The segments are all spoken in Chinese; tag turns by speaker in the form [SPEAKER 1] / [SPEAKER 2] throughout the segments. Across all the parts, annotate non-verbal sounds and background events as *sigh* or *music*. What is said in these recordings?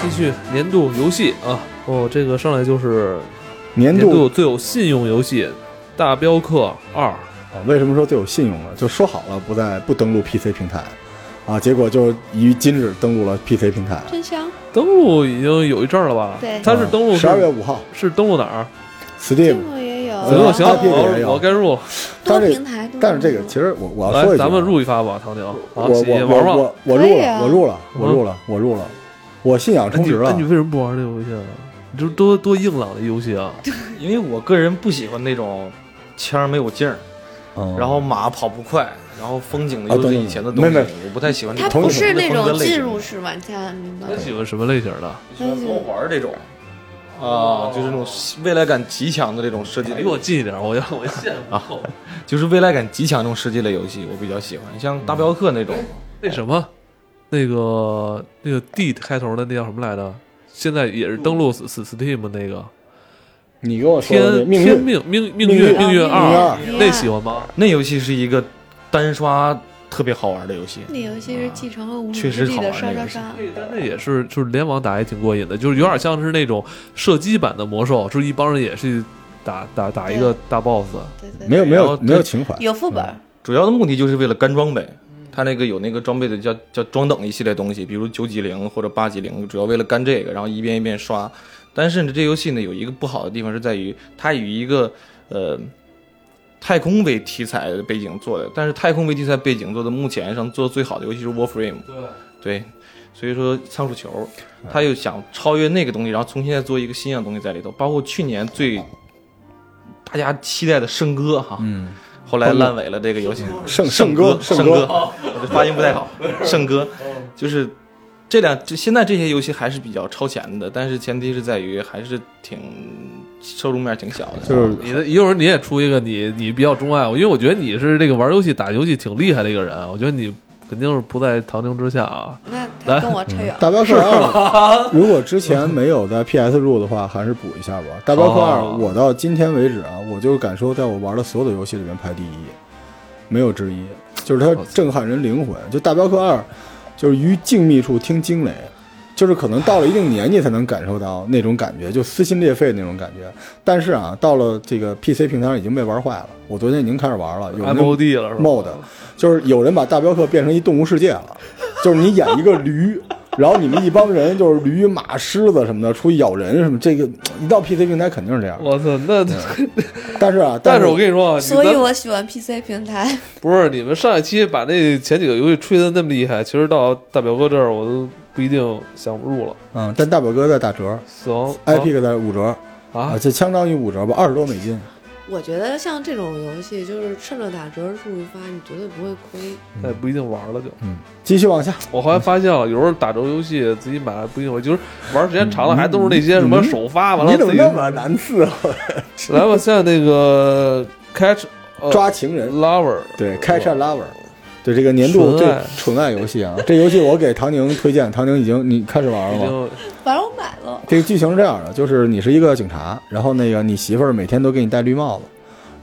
[SPEAKER 1] 继续年度游戏啊，哦，这个上来就是
[SPEAKER 2] 年
[SPEAKER 1] 年
[SPEAKER 2] 度
[SPEAKER 1] 度最有信用游戏《大镖客二》。
[SPEAKER 2] 啊为什么说最有信用呢？就说好了不在不登录 PC 平台，啊，结果就于今日登录了 PC 平台。
[SPEAKER 3] 真香，
[SPEAKER 1] 登录已经有一阵儿了吧？
[SPEAKER 3] 对
[SPEAKER 1] 它是登录
[SPEAKER 2] 啊十二月五号
[SPEAKER 1] 是登录哪儿？
[SPEAKER 2] ，Steam
[SPEAKER 3] 这。个也有，
[SPEAKER 2] 行
[SPEAKER 1] 行
[SPEAKER 2] 行
[SPEAKER 1] 行，
[SPEAKER 2] 嗯大 P 里也有
[SPEAKER 1] 我我该入，
[SPEAKER 3] 多
[SPEAKER 2] 但是
[SPEAKER 3] 平台，多
[SPEAKER 2] 但是这个
[SPEAKER 3] 平台
[SPEAKER 2] 其实我我要说
[SPEAKER 1] 来
[SPEAKER 2] 一句，啊
[SPEAKER 1] 咱们入一发吧，唐宁，
[SPEAKER 2] 我
[SPEAKER 1] 啊，
[SPEAKER 2] 我
[SPEAKER 1] 起
[SPEAKER 2] 我
[SPEAKER 1] 玩玩。
[SPEAKER 2] 我我入
[SPEAKER 3] 可以
[SPEAKER 2] 了，
[SPEAKER 3] 啊
[SPEAKER 2] 我入了，我
[SPEAKER 1] 嗯
[SPEAKER 2] 入了，我入了，我信仰
[SPEAKER 1] 哎
[SPEAKER 2] 充
[SPEAKER 1] 你
[SPEAKER 2] 值
[SPEAKER 1] 哎
[SPEAKER 2] 了
[SPEAKER 1] 你。为什么不玩这游戏啊？你这多多硬朗的游戏啊！
[SPEAKER 4] 因为我个人不喜欢那种枪儿没有劲儿，
[SPEAKER 2] 嗯
[SPEAKER 4] 然后马跑不快，然后风景
[SPEAKER 2] 啊
[SPEAKER 4] 又
[SPEAKER 2] 等
[SPEAKER 4] 是
[SPEAKER 2] 等
[SPEAKER 4] 以前的
[SPEAKER 2] 没
[SPEAKER 4] 东西
[SPEAKER 2] 没，
[SPEAKER 4] 我不太喜欢这
[SPEAKER 3] 它
[SPEAKER 4] 种
[SPEAKER 2] 同
[SPEAKER 3] 不
[SPEAKER 2] 时
[SPEAKER 3] 是那
[SPEAKER 4] 风格
[SPEAKER 3] 种
[SPEAKER 4] 类型
[SPEAKER 3] 进入式玩家，明白
[SPEAKER 1] 你
[SPEAKER 3] 吗？
[SPEAKER 1] 喜欢什么类型的？
[SPEAKER 4] 喜欢光环儿这种。啊，就是那种未来感极强的这种射击类
[SPEAKER 1] 离我近一点，我要我线后。
[SPEAKER 4] 就是未来感极强这种射击类游戏，我比较喜欢，像大镖客那种，
[SPEAKER 1] 那什么，那个那个 D 开头的那叫什么来着？现在也是登录 S S Steam 那个
[SPEAKER 2] 你给我说
[SPEAKER 1] 天
[SPEAKER 2] 的那哦命
[SPEAKER 1] 天
[SPEAKER 2] 运，
[SPEAKER 1] 命命命
[SPEAKER 2] 命
[SPEAKER 1] 运
[SPEAKER 2] 运
[SPEAKER 1] 命运
[SPEAKER 3] 啊
[SPEAKER 1] 二
[SPEAKER 3] 命运，二
[SPEAKER 1] 那喜欢吗？
[SPEAKER 4] 那游戏是一个单刷特别好玩的游戏。
[SPEAKER 3] 那游戏是继承了无名
[SPEAKER 4] 确
[SPEAKER 3] 之
[SPEAKER 4] 实
[SPEAKER 3] 地
[SPEAKER 4] 好
[SPEAKER 3] 的
[SPEAKER 4] 玩
[SPEAKER 3] 刷
[SPEAKER 4] 那
[SPEAKER 3] 刷
[SPEAKER 4] 游戏
[SPEAKER 3] 刷，
[SPEAKER 1] 那但那也是就是联网打也挺过瘾的，就是有点像是那种射击版的魔兽，就是一帮人也是打打打一个大 boss。
[SPEAKER 3] 对对，对
[SPEAKER 2] 没有没
[SPEAKER 4] 然
[SPEAKER 2] 有
[SPEAKER 4] 后
[SPEAKER 2] 没有情怀，
[SPEAKER 3] 有副本儿，
[SPEAKER 4] 主要的目的就是为了干装备，它那个有那个装备的叫叫装等一系列东西，比如九几零或者八几零，主要为了干这个，然后一遍一遍刷。但是呢，这游戏呢有一个不好的地方是在于它以一个呃太空为题材的背景做的，但是太空为题材背景做的目前上做最好的游戏是 Warframe，对，所以说仓鼠球，他又想超越那个东西，然后重新再做一个新样东西在里头，包括去年最大家期待的圣歌哈，嗯，后来烂尾了这个游戏，
[SPEAKER 2] 圣
[SPEAKER 4] 圣
[SPEAKER 2] 歌
[SPEAKER 4] 圣
[SPEAKER 2] 圣歌
[SPEAKER 4] 我这发音不太好，圣歌就是这两这现在这些游戏还是比较超前的，但是前提是在于还是挺受众面挺小的，
[SPEAKER 2] 就是
[SPEAKER 1] 你的一会儿你也出一个你你比较钟爱，因为我觉得你是这个玩游戏打游戏挺厉害的一个人，啊我觉得你肯定是不在唐宁之下啊。
[SPEAKER 4] 嗯
[SPEAKER 3] 那他跟我扯啊远了。
[SPEAKER 2] 大镖客二， *laughs* 如果之前没有在 PS 入的话，还是补一下吧。大镖客二，
[SPEAKER 1] 哦
[SPEAKER 2] 我到今天为止啊，我就是敢说，在我玩的所有的游戏里面排第一，没有之一。就是它震撼人灵魂，就大镖客二，就是于静谧处听惊雷，就是可能到了一定年纪才能感受到那种感觉，就撕心裂肺那种感觉。但是啊，到了这个 PC 平台上已经被玩坏了，我昨天已经开始玩了，有那种
[SPEAKER 1] MOD 了是吧
[SPEAKER 2] mod，就是有人把大镖客变成一动物世界了，就是你演一个驴，然后你们一帮人就是驴、马、狮子什么的出去咬人什么，这个一到 PC 平台肯定是这样。
[SPEAKER 1] 我操，那
[SPEAKER 2] 但是啊，
[SPEAKER 1] *laughs* 但
[SPEAKER 2] 是
[SPEAKER 1] 是我跟你说啊，你
[SPEAKER 3] 所以
[SPEAKER 1] 咱
[SPEAKER 3] 我喜欢 PC 平台，
[SPEAKER 1] 不是你们上一期把那前几个游戏吹的那么厉害，其实到大表哥这儿我都不一定想不入了。
[SPEAKER 2] 嗯，但大表哥在打折
[SPEAKER 1] 死亡
[SPEAKER 2] ，Epic 在五折
[SPEAKER 1] 哦啊，
[SPEAKER 2] 这相当于五折吧，二十多美金。
[SPEAKER 3] *laughs* 我觉得像这种游戏，就是趁着打折入一发，你绝对不会亏。
[SPEAKER 1] 那哎也不一定玩了就。
[SPEAKER 2] 嗯，继续往下，
[SPEAKER 1] 我后来发现啊了，有时候打折游戏自己买了不一定玩，就是玩时间长了还都是那些什么首发完了
[SPEAKER 2] 你怎
[SPEAKER 1] 自
[SPEAKER 2] 么啊
[SPEAKER 1] 己。
[SPEAKER 2] 那么难伺
[SPEAKER 1] 啊
[SPEAKER 2] 候？
[SPEAKER 1] 来吧，现在那个 Catch 呃
[SPEAKER 2] *laughs* 抓情人，
[SPEAKER 1] Lover
[SPEAKER 2] 对，Catch a Lover。对这个年度最
[SPEAKER 1] 纯爱
[SPEAKER 2] 纯爱游戏啊，这游戏我给唐宁推荐，唐宁已经你开始玩
[SPEAKER 1] 已
[SPEAKER 2] 了吗？
[SPEAKER 1] 经
[SPEAKER 3] 反正我买了，
[SPEAKER 2] 这个剧情是这样的，就是你是一个警察，然后那个你媳妇儿每天都给你戴绿帽子，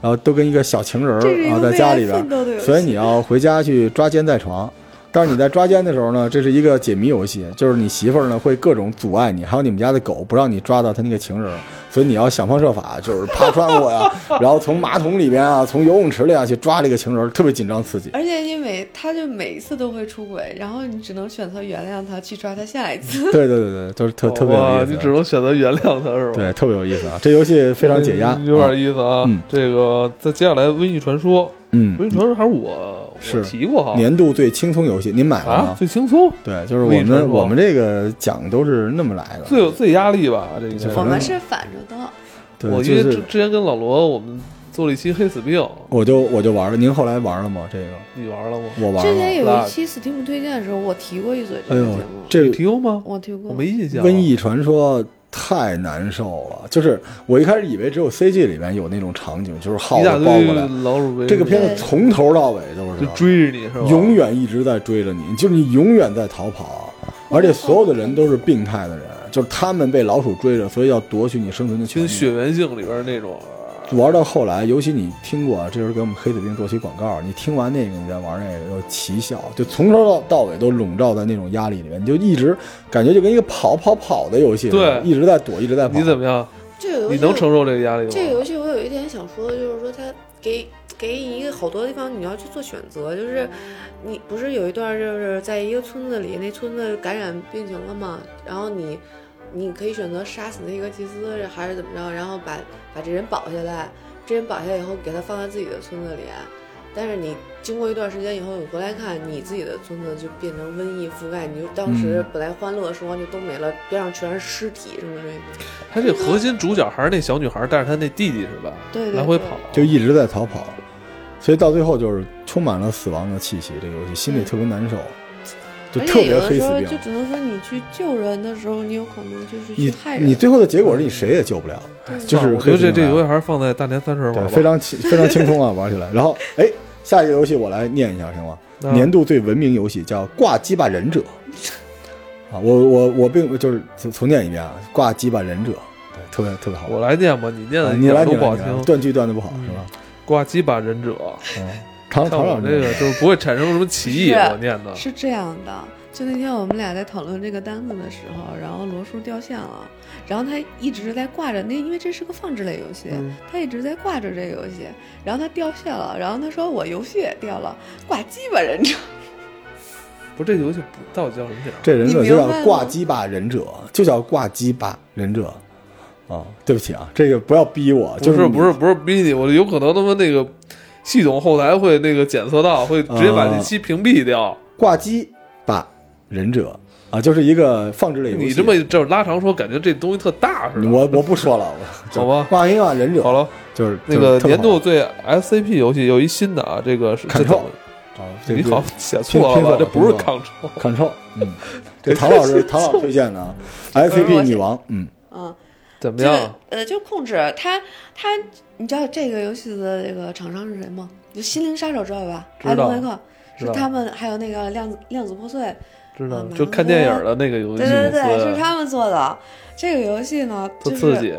[SPEAKER 2] 然后都跟一个小情人
[SPEAKER 3] 这是
[SPEAKER 2] 儿，
[SPEAKER 3] 一
[SPEAKER 2] 然后
[SPEAKER 3] 个
[SPEAKER 2] 在
[SPEAKER 3] 为
[SPEAKER 2] 家
[SPEAKER 3] 爱
[SPEAKER 2] 里边
[SPEAKER 3] 奋，斗的游戏。
[SPEAKER 2] 所以你要回家去抓奸在床。但是你在抓奸的时候呢，这是一个解谜游戏，就是你媳妇儿呢会各种阻碍你，还有你们家的狗不让你抓到她那个情人，所以你要想方设法，就是爬窗户呀，然后从马桶里边啊，从游泳池里啊去抓这个情人，特别紧张刺激。
[SPEAKER 3] 而且你每他就每一次都会出轨，然后你只能选择原谅他，去抓他下一次。
[SPEAKER 2] 对对对对，就是特特别
[SPEAKER 1] 哇，
[SPEAKER 2] 有
[SPEAKER 1] 哦你
[SPEAKER 2] 意
[SPEAKER 1] 只
[SPEAKER 2] 思，啊
[SPEAKER 1] 能选择原谅他是吧？
[SPEAKER 2] 对，特别有意思啊！这游戏非常解压，
[SPEAKER 1] 有点意思啊。
[SPEAKER 2] 嗯
[SPEAKER 1] 这个再接下来《瘟疫传说》，
[SPEAKER 2] 嗯
[SPEAKER 1] 《瘟疫传说》还是我
[SPEAKER 2] 是
[SPEAKER 1] 我提过哈
[SPEAKER 2] 年度最轻松游戏，您买了
[SPEAKER 1] 哦啊，
[SPEAKER 2] 吗？
[SPEAKER 1] 最轻松，
[SPEAKER 2] 对，就是我
[SPEAKER 1] 未知
[SPEAKER 2] 们
[SPEAKER 1] 数
[SPEAKER 2] 我们这个奖都是那么来的，
[SPEAKER 1] 最有最压力吧？这个
[SPEAKER 2] 就是
[SPEAKER 3] 我们是反着的，
[SPEAKER 2] 对，
[SPEAKER 1] 我因
[SPEAKER 2] 就
[SPEAKER 1] 为之
[SPEAKER 2] 是
[SPEAKER 1] 之前跟老罗我们做了一期黑死病，
[SPEAKER 2] 我就我就玩了，您后来玩了吗？这个
[SPEAKER 1] 你玩了吗？
[SPEAKER 2] 我玩
[SPEAKER 1] *laughs*
[SPEAKER 3] 之前
[SPEAKER 2] 了。
[SPEAKER 3] 有一期 Steam 推荐的时候，我提过一嘴这
[SPEAKER 2] 哎
[SPEAKER 3] 个
[SPEAKER 2] 呦
[SPEAKER 3] 节目，，
[SPEAKER 2] 这
[SPEAKER 1] 你提过吗？
[SPEAKER 3] 我提过。
[SPEAKER 1] 我没印象。啊
[SPEAKER 2] 瘟疫传说太难受了，就是我一开始以为只有 CG 里面有那种场景，就是耗
[SPEAKER 1] 一
[SPEAKER 2] 子
[SPEAKER 1] 大
[SPEAKER 2] 抱
[SPEAKER 1] 堆
[SPEAKER 2] 过来，
[SPEAKER 1] 老鼠围着你，
[SPEAKER 2] 这个片
[SPEAKER 3] 对
[SPEAKER 2] 子从头到尾都是这
[SPEAKER 1] 就
[SPEAKER 2] 样
[SPEAKER 1] 追着你是吧？
[SPEAKER 2] 永远一直在追着你，就是你永远在逃跑，而且所有的人都是病态的人，就是他们被老鼠追着，所以要夺取你生存的权
[SPEAKER 1] 跟
[SPEAKER 2] 利。
[SPEAKER 1] 血缘性里边那种。啊
[SPEAKER 2] 玩到后来，尤其你听过啊，这时候给我们黑死病做起广告，你听完那个，你再玩那个，就奇效，就从头到到尾都笼罩在那种压力里面，你就一直感觉就跟一个跑跑跑的游戏似的，
[SPEAKER 1] 对
[SPEAKER 2] 一直在躲，一直在跑。
[SPEAKER 1] 你怎么样？
[SPEAKER 5] 这个游戏
[SPEAKER 1] 你能承受这个压力吗？
[SPEAKER 5] 这个游戏我有一点想说的，就是说它给给你一个好多地方你要去做选择，就是你不是有一段就是在一个村子里，那村子感染病情了嘛，然后你你可以选择杀死那个祭司还是怎么着，然后把把这人保下来，这人保下来以后给他放在自己的村子里，啊但是你经过一段时间以后，你回来看你自己的村子就变成瘟疫覆盖，你就当时
[SPEAKER 2] 嗯
[SPEAKER 5] 本来欢乐的时光就都没了，边上全是尸体什么之类的。
[SPEAKER 1] 他这核心主角还是那小女孩，但是他那弟弟是吧？
[SPEAKER 5] 对对
[SPEAKER 1] 来回
[SPEAKER 5] 对
[SPEAKER 1] 跑，啊
[SPEAKER 2] 就一直在逃跑，所以到最后就是充满了死亡的气息。这个游戏心里特别难受，就
[SPEAKER 3] 而
[SPEAKER 2] 特
[SPEAKER 3] 且
[SPEAKER 2] 别
[SPEAKER 3] 有的
[SPEAKER 2] 黑
[SPEAKER 3] 时
[SPEAKER 2] 死
[SPEAKER 3] 候
[SPEAKER 2] 病
[SPEAKER 3] 就。只能说你去救人的时候，你有可能就是去
[SPEAKER 2] 你
[SPEAKER 3] 害人。嗯
[SPEAKER 2] 你最后的结果是你谁也救不了，就
[SPEAKER 1] 算
[SPEAKER 2] 是
[SPEAKER 1] 了我觉
[SPEAKER 2] 黑
[SPEAKER 1] 得
[SPEAKER 2] 死
[SPEAKER 1] 这这
[SPEAKER 2] 病
[SPEAKER 1] 游戏
[SPEAKER 2] 来了
[SPEAKER 1] 还是放在大年三十玩
[SPEAKER 2] 对
[SPEAKER 1] 吧。
[SPEAKER 2] 非常轻非常轻松啊，玩起来。然后哎，下一个游戏我来念一下行吗？
[SPEAKER 1] 那
[SPEAKER 2] 年度最文明游戏叫《挂鸡巴忍者》
[SPEAKER 1] *laughs*
[SPEAKER 2] 啊，我我我并就是重重念一遍啊，《挂鸡巴忍者》对，特别特别好玩。
[SPEAKER 1] 我来念吧，你念
[SPEAKER 2] 啊
[SPEAKER 1] 的一
[SPEAKER 2] 你
[SPEAKER 1] 点
[SPEAKER 2] 来，
[SPEAKER 1] 都
[SPEAKER 2] 你
[SPEAKER 1] 不
[SPEAKER 2] 来，
[SPEAKER 1] 好
[SPEAKER 2] 你来
[SPEAKER 1] 听。
[SPEAKER 2] 断句断的不好
[SPEAKER 1] *laughs*
[SPEAKER 2] 是吧？
[SPEAKER 1] 挂机吧忍者，
[SPEAKER 2] 嗯，尝
[SPEAKER 1] 像
[SPEAKER 2] 尝
[SPEAKER 1] 我
[SPEAKER 2] 尝
[SPEAKER 1] 这个就是不会产生什么歧义。
[SPEAKER 3] 是
[SPEAKER 1] 我念的
[SPEAKER 3] 是这样的，就那天我们俩在讨论这个单子的时候，然后罗叔掉线了，然后他一直在挂着那，因为这是个放置类游戏，
[SPEAKER 2] 嗯
[SPEAKER 3] 他一直在挂着这个游戏，然后他掉线了，然后他说我游戏也掉了，挂机吧忍者，
[SPEAKER 1] 不，这游戏不到底叫什么名儿？
[SPEAKER 2] 这忍者
[SPEAKER 3] 你
[SPEAKER 2] 就
[SPEAKER 3] 明
[SPEAKER 2] 叫
[SPEAKER 3] 白吗
[SPEAKER 2] 挂鸡巴忍者，就叫挂鸡巴忍者。啊，对不起啊，这个不要逼我，就
[SPEAKER 1] 不是
[SPEAKER 2] 你
[SPEAKER 1] 不是不是逼你，我有可能他妈那个系统后台会那个检测到，会直接把
[SPEAKER 2] 啊
[SPEAKER 1] 这期屏蔽掉。
[SPEAKER 2] 挂鸡巴忍者啊，就是一个放置类游戏。
[SPEAKER 1] 你这么这拉长说，感觉这东西特大似的。
[SPEAKER 2] 我我不说了，我就
[SPEAKER 1] *laughs* 好吧
[SPEAKER 2] 挂鸡巴忍者
[SPEAKER 1] 好了，
[SPEAKER 2] 就是
[SPEAKER 1] 那个
[SPEAKER 2] 嗯就是特
[SPEAKER 1] 年
[SPEAKER 2] 别好
[SPEAKER 1] 度最 SCP 游戏有一新的啊，这个是这
[SPEAKER 2] Control
[SPEAKER 1] 怎么
[SPEAKER 2] 啊，这
[SPEAKER 1] 你
[SPEAKER 2] 个
[SPEAKER 1] 好写错了吧？这
[SPEAKER 2] 拼
[SPEAKER 1] 不
[SPEAKER 2] 拼
[SPEAKER 1] 是
[SPEAKER 2] 错了
[SPEAKER 1] Control，
[SPEAKER 2] Control，嗯， *laughs* 这唐
[SPEAKER 5] *laughs*
[SPEAKER 2] 老师唐老师推荐的啊，SCP 女王，嗯，
[SPEAKER 3] 嗯，
[SPEAKER 1] 怎么
[SPEAKER 3] 这个
[SPEAKER 1] 样？
[SPEAKER 3] 呃 *laughs* 就控制他他，你知道这个游戏的这个厂商是谁吗？就心灵杀手知道吧？
[SPEAKER 1] 知道
[SPEAKER 3] 艾伦麦克
[SPEAKER 1] 知
[SPEAKER 3] 是
[SPEAKER 1] 道
[SPEAKER 3] 他们，还有那个量子量子破碎，
[SPEAKER 1] 知道
[SPEAKER 3] 啊
[SPEAKER 1] 就看电影的那个游戏，啊
[SPEAKER 3] 对对对，是
[SPEAKER 1] 特
[SPEAKER 3] 他们做的。这个游戏呢，就是
[SPEAKER 1] 刺激。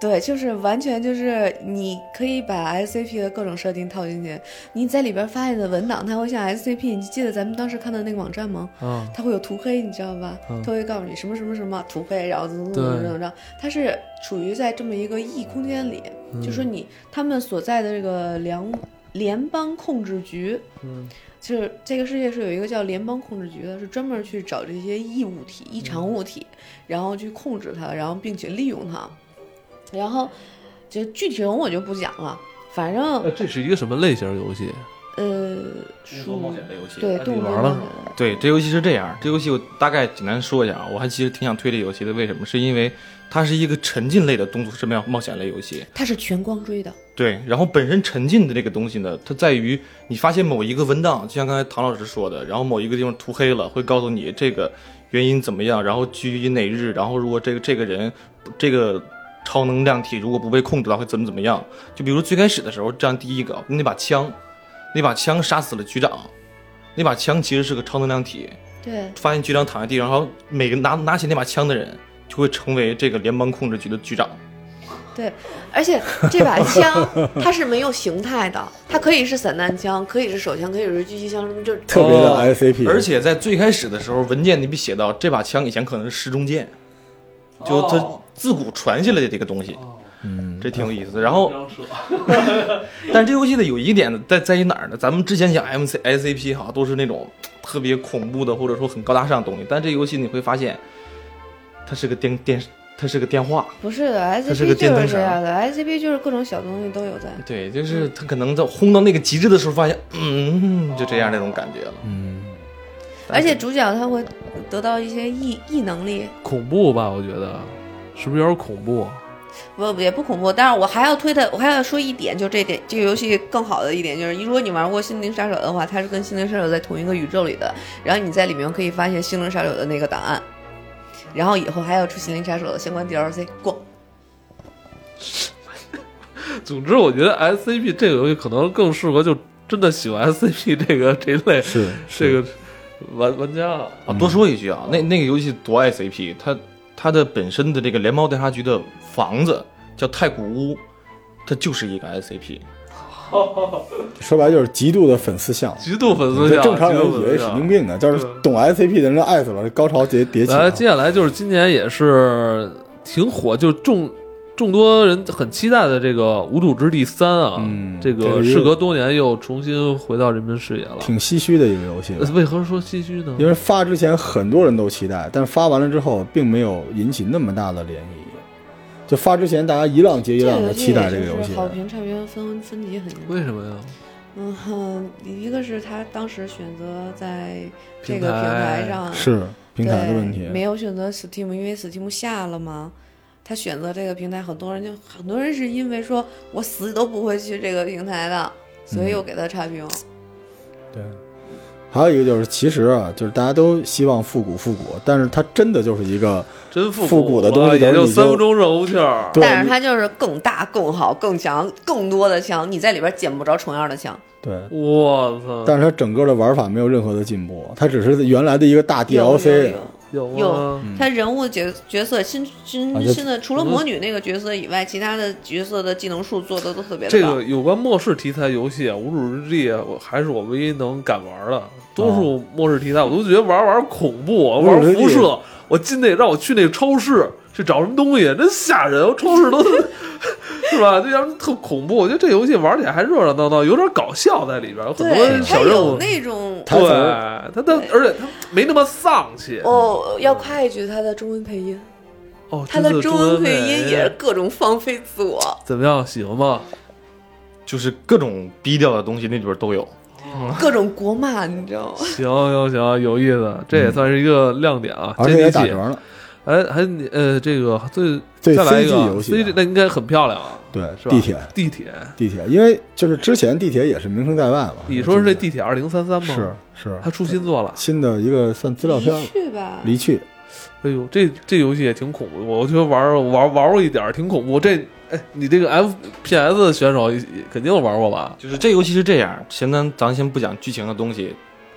[SPEAKER 3] 对，就是完全就是你可以把 SCP 的各种设定套进去，你在里边发现的文档，它会像 SCP，你记得咱们当时看的那个网站吗？
[SPEAKER 2] 嗯
[SPEAKER 1] 啊，
[SPEAKER 3] 它会有涂黑，你知道吧？
[SPEAKER 1] 嗯
[SPEAKER 3] 它会告诉你什么什么什么涂黑，然后怎么怎
[SPEAKER 1] 对
[SPEAKER 3] 么怎么怎么着，它是处于在这么一个异空间里，
[SPEAKER 1] 嗯
[SPEAKER 3] 就说你他们所在的这个联联邦控制局，
[SPEAKER 1] 嗯，
[SPEAKER 3] 就是这个世界是有一个叫联邦控制局的，是专门去找这些异物体、异常物体，
[SPEAKER 1] 嗯
[SPEAKER 3] 然后去控制它，然后并且利用它，然后就具体人我就不讲了，反
[SPEAKER 1] 那
[SPEAKER 3] 正
[SPEAKER 1] 这是一个什么类型游戏？
[SPEAKER 3] 呃，
[SPEAKER 4] 多
[SPEAKER 3] 属
[SPEAKER 4] 冒险的游戏，
[SPEAKER 3] 对
[SPEAKER 4] 那
[SPEAKER 3] 动
[SPEAKER 1] 啊你
[SPEAKER 3] 物
[SPEAKER 1] 玩
[SPEAKER 3] 冒
[SPEAKER 1] 了
[SPEAKER 3] 险
[SPEAKER 1] 是
[SPEAKER 3] 的
[SPEAKER 4] 对，这游戏是这样，这游戏我大概简单说一下啊，我还其实挺想推这游戏的，为什么？是因为它是一个沉浸类的动作式冒冒险类游戏。
[SPEAKER 3] 它是全光追的，
[SPEAKER 4] 对，然后本身沉浸的这个东西呢，它在于你发现某一个文档，就像刚才唐老师说的，然后某一个地方涂黑了，会告诉你这个原因怎么样，然后居于哪日，然后如果这个这个人这个超能量体如果不被控制的话会怎么怎么样。就比如最开始的时候，这样第一个那把枪，那把枪杀死了局长，那把枪其实是个超能量体，
[SPEAKER 3] 对
[SPEAKER 4] 发现局长躺在地上，然后每个拿拿起那把枪的人就会成为这个联邦控制局的局长。
[SPEAKER 3] 对，而且这
[SPEAKER 4] *laughs*
[SPEAKER 3] 把枪它是没有形态的，它可以是散弹枪，可以是手枪，可以是狙击枪，什么就是
[SPEAKER 2] 特别
[SPEAKER 1] 呃
[SPEAKER 4] 哦
[SPEAKER 2] 的 SCP，
[SPEAKER 4] 而且在最开始的时候，文件里边写到这把枪以前可能是失踪剑，就它自古传下来的这个东西，
[SPEAKER 2] 嗯，
[SPEAKER 4] 这挺有意思的。然后， *laughs* 但是这游戏的有一点呢在在于哪儿呢？咱们之前讲 M C S C P 哈，都是那种特别恐怖的或者说很高大上的东西，但这游戏你会发现，它是个电电，它是个电话。
[SPEAKER 3] 不是的
[SPEAKER 4] 它
[SPEAKER 3] ，SCP
[SPEAKER 4] 是个电
[SPEAKER 3] 就
[SPEAKER 4] 灯
[SPEAKER 3] 是
[SPEAKER 4] 绳
[SPEAKER 3] 这样的，SCP 就是各种小东西都有在。
[SPEAKER 4] 对，就是嗯它可能在轰到那个极致的时候，发现，嗯，就这样那种感觉了。
[SPEAKER 2] 嗯，
[SPEAKER 3] 而且主角他会得到一些异异能力，
[SPEAKER 1] 恐怖吧？我觉得是不是有点恐怖？
[SPEAKER 3] 不也不恐怖。但是我还要推的，我还要说一点，就这点，这个游戏更好的一点就是，如果你玩过《心灵杀手》的话，它是跟《心灵杀手》在同一个宇宙里的，然后你在里面可以发现《心灵杀手》的那个档案，然后以后还要出《心灵杀手》的相关 DLC。过，
[SPEAKER 1] 总之，我觉得 S C P 这个游戏可能更适合就真的喜欢 S C P *laughs* 这个这一类
[SPEAKER 2] 是
[SPEAKER 1] 这个玩玩家啊。
[SPEAKER 4] 啊，多说一句啊，那那个游戏多爱 CP，它它的本身的这个联邦调查局的房子叫太古屋，它就是一个 SCP。
[SPEAKER 2] 说白了就是极度的粉丝向往。
[SPEAKER 1] 极度粉丝
[SPEAKER 2] 这
[SPEAKER 1] 向，
[SPEAKER 2] 正常
[SPEAKER 1] 极
[SPEAKER 2] 人
[SPEAKER 1] 度
[SPEAKER 2] 以为
[SPEAKER 1] 粉丝
[SPEAKER 2] 神
[SPEAKER 1] 向
[SPEAKER 2] 经病呢，就是懂 SCP 的人都爱死了，这高潮迭迭起
[SPEAKER 1] 来，
[SPEAKER 2] 了。
[SPEAKER 1] 接下来就是今年也是挺火，就众众多人很期待的这个《无主之地三》啊，
[SPEAKER 2] 嗯
[SPEAKER 1] 这
[SPEAKER 2] 这
[SPEAKER 1] 个
[SPEAKER 2] 个
[SPEAKER 1] 事隔多年又重新回到人们视野了。
[SPEAKER 2] 挺唏嘘的一个游戏吧，
[SPEAKER 1] 呃为何说唏嘘呢？
[SPEAKER 2] 因为发之前很多人都期待，但是发完了之后并没有引起那么大的涟漪。就发之前，大家一浪接一
[SPEAKER 5] 这
[SPEAKER 2] 浪
[SPEAKER 5] 个
[SPEAKER 2] 的
[SPEAKER 5] 游
[SPEAKER 2] 期
[SPEAKER 5] 戏
[SPEAKER 2] 待
[SPEAKER 5] 也
[SPEAKER 2] 这个游
[SPEAKER 5] 就
[SPEAKER 2] 戏啊
[SPEAKER 5] 是，好评差评分分级很严重。
[SPEAKER 1] 为什么呀？
[SPEAKER 5] 嗯哼，一个是他当时选择在这
[SPEAKER 1] 平
[SPEAKER 5] 个
[SPEAKER 1] 台
[SPEAKER 5] 平台上
[SPEAKER 2] 是平台的
[SPEAKER 5] 啊对
[SPEAKER 2] 问题。
[SPEAKER 5] 没有选择 Steam，因为 Steam 下了嘛。他选择这个平台，很多人就很多人是因为说我死都不会去这个平台的，所
[SPEAKER 2] 嗯
[SPEAKER 5] 以又给他差评。
[SPEAKER 2] 对，还有一个就是，其实啊，就是大家都希望复古复古，但是它真的就是一个
[SPEAKER 1] 真复
[SPEAKER 2] 复古的东西
[SPEAKER 1] 啊也
[SPEAKER 2] 等
[SPEAKER 1] 就
[SPEAKER 2] 于你
[SPEAKER 1] 三
[SPEAKER 2] 就
[SPEAKER 1] 分钟热乎气儿。
[SPEAKER 2] 对
[SPEAKER 3] 但是它就是更大、更好、更强、更多的枪，你在里边捡不着重样的枪。
[SPEAKER 2] 对，
[SPEAKER 1] 我操，
[SPEAKER 2] 但是它整个的玩法没有任何的进步，它只是原来的一个大
[SPEAKER 3] 有
[SPEAKER 2] DLC
[SPEAKER 3] 有。
[SPEAKER 1] 有
[SPEAKER 3] 有
[SPEAKER 1] 啊，
[SPEAKER 3] 他人物角角色新
[SPEAKER 2] 啊嗯
[SPEAKER 3] 新
[SPEAKER 2] 这
[SPEAKER 3] 新的，除了魔女那个角色以外，其他的角色的技能树做的都特别
[SPEAKER 1] 这
[SPEAKER 3] 的棒
[SPEAKER 1] 个。有关末世题材游戏啊，《无主之地》啊，我还是我唯一能敢玩的。多
[SPEAKER 3] 哦
[SPEAKER 1] 数末世题材我都觉得玩玩恐怖，啊
[SPEAKER 2] 无主
[SPEAKER 1] 玩
[SPEAKER 2] 之地
[SPEAKER 1] 辐射。我进那让我去那个超市去找什么东西，真吓人！我超市都是 *laughs* 吧，这让人特恐怖。我觉得这游戏玩起来还热热闹闹，有点搞笑在里边，有很
[SPEAKER 3] 对
[SPEAKER 1] 多，
[SPEAKER 3] 他
[SPEAKER 1] 小任务
[SPEAKER 3] 有。那种
[SPEAKER 2] 它
[SPEAKER 1] 对，
[SPEAKER 2] 反
[SPEAKER 1] 它它，而且它没那么丧气。
[SPEAKER 5] 哦，要夸一句他的中文配音，
[SPEAKER 1] 哦，
[SPEAKER 3] 他的
[SPEAKER 1] 这次
[SPEAKER 3] 中
[SPEAKER 1] 文
[SPEAKER 3] 文配音也是
[SPEAKER 1] 配
[SPEAKER 3] 各种放飞自
[SPEAKER 1] *laughs*
[SPEAKER 3] 我，
[SPEAKER 1] 怎么样？喜欢吗？
[SPEAKER 4] 就是各种低调的东西那里边都有。
[SPEAKER 3] 各种国骂，你知道吗？
[SPEAKER 1] 行行行，有意思，这
[SPEAKER 3] 嗯
[SPEAKER 1] 也算是一个亮点啊，
[SPEAKER 2] 而
[SPEAKER 1] 接
[SPEAKER 2] 且也
[SPEAKER 1] 地
[SPEAKER 2] 打
[SPEAKER 1] 气
[SPEAKER 2] 折。了。
[SPEAKER 1] 哎，还你呃，这个最
[SPEAKER 2] 对
[SPEAKER 1] 再来一个
[SPEAKER 2] CG 游戏
[SPEAKER 1] CG 那应该很漂亮啊，
[SPEAKER 2] 对
[SPEAKER 1] 是，吧？
[SPEAKER 2] 地铁，
[SPEAKER 1] 地铁，
[SPEAKER 2] 地铁，因为就是之前地铁也是名声在外嘛。
[SPEAKER 1] 你说是这地铁二零三三吗？
[SPEAKER 2] 是，是
[SPEAKER 1] 它出新作了。
[SPEAKER 2] 新的一个算资料片儿
[SPEAKER 5] 离去吧，
[SPEAKER 2] 离去，
[SPEAKER 1] 哎呦，这这游戏也挺恐怖，我觉得玩玩玩过一点儿，挺恐怖。这哎，你这个 FPS 选手也肯定玩过吧？
[SPEAKER 4] 就是这游戏是这样，先咱咱先不讲剧情的东西，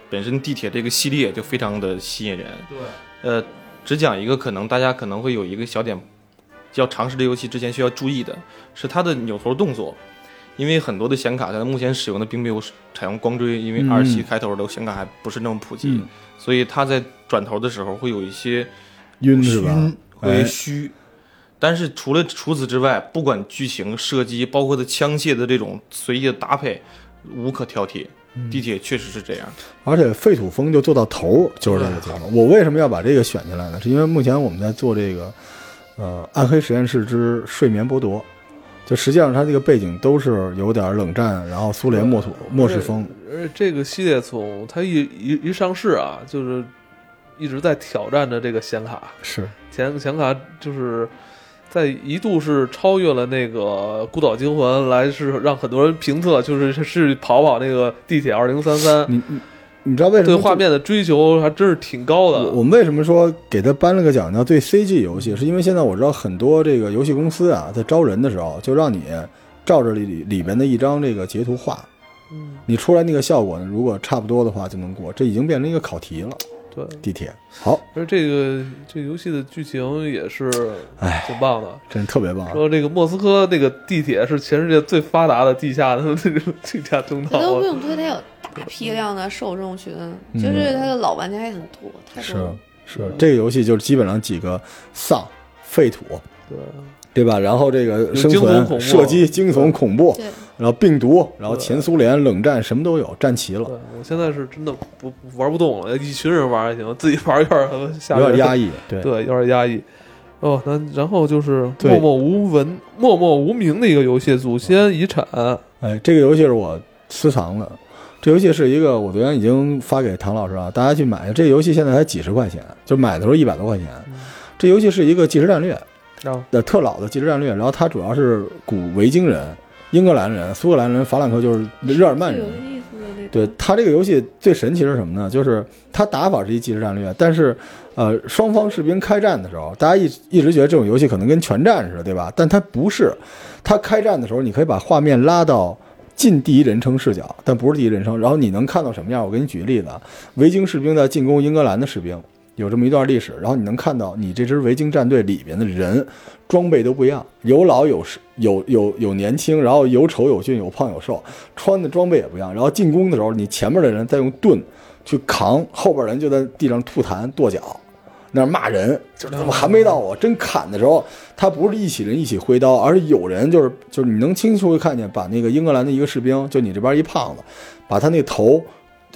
[SPEAKER 4] 本身地铁这个系列就非常的吸引人。
[SPEAKER 1] 对，
[SPEAKER 4] 呃，只讲一个可能大家可能会有一个小点，要尝试这游戏之前需要注意的是它的扭头动作，因为很多的显卡它目前使用的并没有采用光追，因为
[SPEAKER 2] 嗯
[SPEAKER 4] 二七开头的显卡还不是那么普及，
[SPEAKER 2] 嗯
[SPEAKER 4] 所以它在转头的时候会有一些
[SPEAKER 2] 晕是吧？
[SPEAKER 4] 晕
[SPEAKER 2] 哎
[SPEAKER 4] 会虚。但是除了除此之外，不管剧情射击，包括它枪械的这种随意的搭配，无可挑剔。地铁确实是这样，
[SPEAKER 2] 而且废土风就做到头儿就是这个
[SPEAKER 1] 哎
[SPEAKER 2] 节目。我为什么要把这个选进来呢？是因为目前我们在做这个，呃，《暗黑实验室之睡眠剥夺》，就实际上它这个背景都是有点冷战，然后苏联末土
[SPEAKER 1] 哎
[SPEAKER 2] 末世风。
[SPEAKER 1] 而且这个系列从它一一一上市啊，就是一直在挑战着这个显卡，
[SPEAKER 2] 是，
[SPEAKER 1] 显显卡就是在一度是超越了那个《孤岛惊魂》，来是让很多人评测，就是是跑跑那个地铁二零三三，
[SPEAKER 2] 你你你知道为什么
[SPEAKER 1] 对
[SPEAKER 2] 就
[SPEAKER 1] 画？面的追求还真是挺高
[SPEAKER 2] 我我
[SPEAKER 1] 的。
[SPEAKER 2] 们为什么说给他颁了个奖叫最 CG 游戏？是因为现在我知道很多这个游戏公司啊，在招人的时候就让你照着里里里边的一张这个截图画，
[SPEAKER 1] 嗯，
[SPEAKER 2] 你出来那个效果呢，如果差不多的话就能过。这已经变成一个考题了。
[SPEAKER 1] 对。
[SPEAKER 2] 地铁好，
[SPEAKER 1] 而这个这游戏的剧情也是
[SPEAKER 2] 唉
[SPEAKER 1] 挺棒的，
[SPEAKER 2] 真是特别棒啊。
[SPEAKER 1] 说这个莫斯科那个地铁是全世界最发达的地下的那个地下通
[SPEAKER 5] 他
[SPEAKER 1] 道啊
[SPEAKER 5] 都不，用推，他有大批量的受众群，
[SPEAKER 2] 嗯
[SPEAKER 5] 就是他的老玩家也很多，太多
[SPEAKER 2] 是啊
[SPEAKER 5] 了。
[SPEAKER 2] 是，这个游戏就是基本上几个丧、废土，
[SPEAKER 1] 对，
[SPEAKER 2] 对吧？然后这个生
[SPEAKER 1] 惊悚恐怖
[SPEAKER 2] 存、射击、惊悚、恐怖，
[SPEAKER 5] 对，
[SPEAKER 2] 然后病毒，然后
[SPEAKER 1] 对
[SPEAKER 2] 前苏联冷战什么都有，占齐
[SPEAKER 1] 对
[SPEAKER 2] 了，
[SPEAKER 1] 我现在是真的不不玩不动了，一群人玩还行，自己玩有点吓
[SPEAKER 2] 有
[SPEAKER 1] 人，
[SPEAKER 2] 点压抑。对
[SPEAKER 1] 对，有点压抑。哦，那然后就是
[SPEAKER 2] 对
[SPEAKER 1] 默默无闻、默默无名的一个游戏《祖先遗产》。
[SPEAKER 2] 哎，这个游戏是我私藏的。这游戏是一个，我昨天已经发给唐老师啊，大家去买。这游戏现在才几十块钱，就买的时候一百多块钱。
[SPEAKER 1] 嗯
[SPEAKER 2] 这游戏是一个即时战略，
[SPEAKER 1] 啊，
[SPEAKER 2] 的特老的即时战略，然后它主要是古维京人、英格兰人、苏格兰人、法兰克就是日耳曼
[SPEAKER 5] 有
[SPEAKER 2] 人。
[SPEAKER 5] 意思的那种。
[SPEAKER 2] 对它这个游戏最神奇是什么呢？就是它打法是一即时战略，但是呃，双方士兵开战的时候，大家一直一直觉得这种游戏可能跟全战似的，对吧？但它不是，它开战的时候，你可以把画面拉到。近第一人称视角，但不是第一人称。然后你能看到什么样？我给你举个例子啊，维京士兵在进攻英格兰的士兵，有这么一段历史，然后你能看到你这支维京战队里边的人装备都不一样，有老有是有有有年轻，然后有丑有俊，有胖有瘦，穿的装备也不一样。然后进攻的时候，你前面的人在用盾去扛，后边人就在地上吐痰跺脚，那儿骂人，就是怎么还没到我？真砍的时候，他不是一起人一起挥刀，而是有人就是就是你能清楚地看见，把那个英格兰的一个士兵，就你这边一胖子，把他那头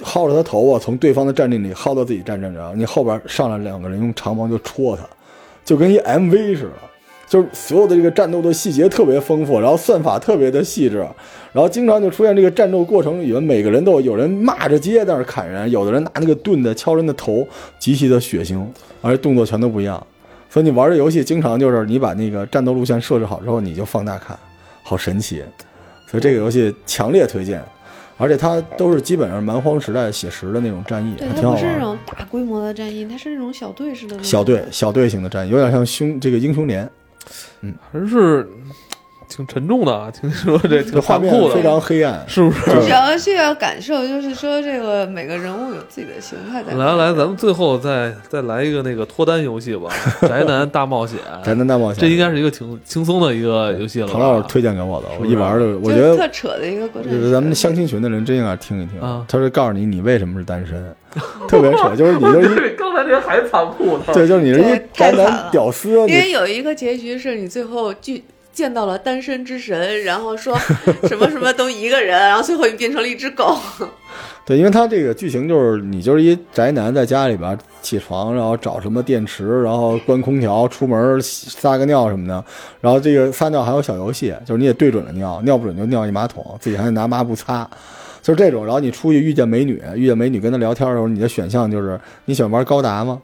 [SPEAKER 2] 薅着他头啊，从对方的战阵里薅到自己战阵里，然后你后边上来两个人用长矛就戳他，就跟一 MV 似的。就是所有的这个战斗的细节特别丰富，然后算法特别的细致，然后经常就出现这个战斗过程里面，每个人都有有人骂着街在那儿砍人，有的人拿那个盾的敲人的头，极其的血腥，而且动作全都不一样。所以你玩这游戏，经常就是你把那个战斗路线设置好之后，你就放大看，好神奇。所以这个游戏强烈推荐，而且它都是基本上蛮荒时代写实的那种战役，
[SPEAKER 5] 对，
[SPEAKER 2] 还
[SPEAKER 5] 它
[SPEAKER 2] 挺好
[SPEAKER 5] 不是
[SPEAKER 2] 玩
[SPEAKER 5] 那
[SPEAKER 2] 的。
[SPEAKER 5] 种大规模的战役，它是那种小队似的那种。
[SPEAKER 2] 小队小队型的战役，有点像凶这个英
[SPEAKER 5] *laughs*
[SPEAKER 2] 雄联，
[SPEAKER 1] 还是挺沉重的啊，听说
[SPEAKER 2] *laughs*
[SPEAKER 1] 这挺
[SPEAKER 2] 这画
[SPEAKER 1] 残
[SPEAKER 2] 面
[SPEAKER 1] 酷
[SPEAKER 2] 非
[SPEAKER 1] 的，
[SPEAKER 2] 常黑暗。
[SPEAKER 1] 是不是？ *laughs*
[SPEAKER 5] *laughs*
[SPEAKER 3] 主要是要感受，就是说这个每个人物有自己的形态在。
[SPEAKER 1] 来来，咱们最后再再来一个那个脱单游戏
[SPEAKER 2] *laughs*
[SPEAKER 1] 吧，《宅男大冒险》。
[SPEAKER 2] 宅男大冒险，
[SPEAKER 1] 哎这应该是一个挺轻松的一个游戏了吧。
[SPEAKER 2] 彭老师推荐给我的，
[SPEAKER 1] 是
[SPEAKER 2] 我
[SPEAKER 1] 不
[SPEAKER 2] 一
[SPEAKER 1] 是
[SPEAKER 2] 玩就，我觉
[SPEAKER 3] 就是
[SPEAKER 2] 得
[SPEAKER 3] 特扯的一个过程。
[SPEAKER 2] 咱们相亲群的人真应该听一听
[SPEAKER 1] 啊，
[SPEAKER 2] 他是告诉你你为什么是单身，
[SPEAKER 1] *laughs*
[SPEAKER 2] 特别扯，就是你就是
[SPEAKER 1] 对，刚才这个还残酷呢。
[SPEAKER 2] 一对，就是你是一
[SPEAKER 3] 对
[SPEAKER 2] 宅
[SPEAKER 3] 太惨
[SPEAKER 2] 男
[SPEAKER 3] 了
[SPEAKER 2] 屌丝，
[SPEAKER 5] 因为
[SPEAKER 2] 你
[SPEAKER 5] 有一个结局是你最后就见到了单身之神，然后说什么什么都一个人，然后最后你变成了一只
[SPEAKER 2] *laughs*
[SPEAKER 5] 狗。
[SPEAKER 2] 对，因为他这个剧情就是你就是一宅男在家里边起床，然后找什么电池，然后关空调，出门撒个尿什么的，然后这个撒尿还有小游戏，就是你也对准了尿，尿不准就尿一马桶，自己还得拿抹布擦。就是这种，然后你出去遇见美女，遇见美女跟她聊天的时候，你的选项就是你喜欢玩高达吗？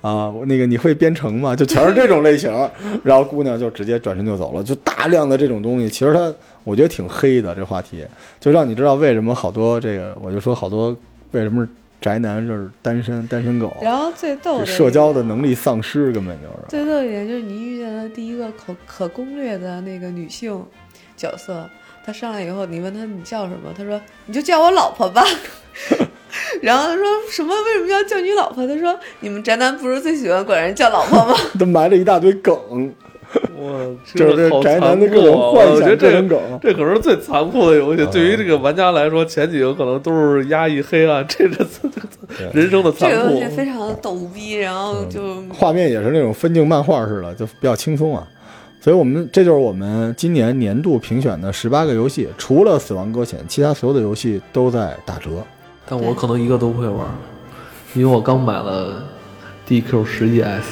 [SPEAKER 2] 啊，我那个你会编程吗？就全是这种类型， *laughs* 然后姑娘就直接转身就走了，就大量的这种东西，其实它我觉得挺黑的这话题，就让你知道为什么好多这个，我就说好多为什么是宅男就是单身单身狗，
[SPEAKER 3] 然后最逗
[SPEAKER 2] 就
[SPEAKER 3] 的
[SPEAKER 2] 社交的能力丧失根本就是。
[SPEAKER 3] 最逗一点就是你遇见了第一个可可攻略的那个女性角色，她上来以后，你问她你叫什么，她说你就叫我老婆吧。 *laughs* 然后她说什么？为什么要叫你老婆？她说你们宅男不是最喜欢管人叫老婆吗？
[SPEAKER 2] 都埋了一大堆梗，
[SPEAKER 1] 我
[SPEAKER 2] 就是
[SPEAKER 1] 这
[SPEAKER 2] 这宅男的各种幻
[SPEAKER 1] 啊我觉得
[SPEAKER 2] 想、各
[SPEAKER 1] 这
[SPEAKER 2] 种
[SPEAKER 1] 个
[SPEAKER 2] 梗。
[SPEAKER 1] 这可是最残酷的游戏
[SPEAKER 2] 啊，
[SPEAKER 1] 对于这个玩家来说，前几个可能都是压抑、黑暗，这是人生的
[SPEAKER 3] 这
[SPEAKER 1] 残
[SPEAKER 3] 个游
[SPEAKER 1] 酷
[SPEAKER 3] 戏。非常的逗逼，然后就
[SPEAKER 2] 画面也是那种分镜漫画似的，就比较轻松啊。所以我们这就是我们今年年度评选的十八个游戏，除了《死亡搁浅》，其他所有的游戏都在打折。
[SPEAKER 1] 但我可能一个都不会玩，因为我刚买了 DQ 十一 S，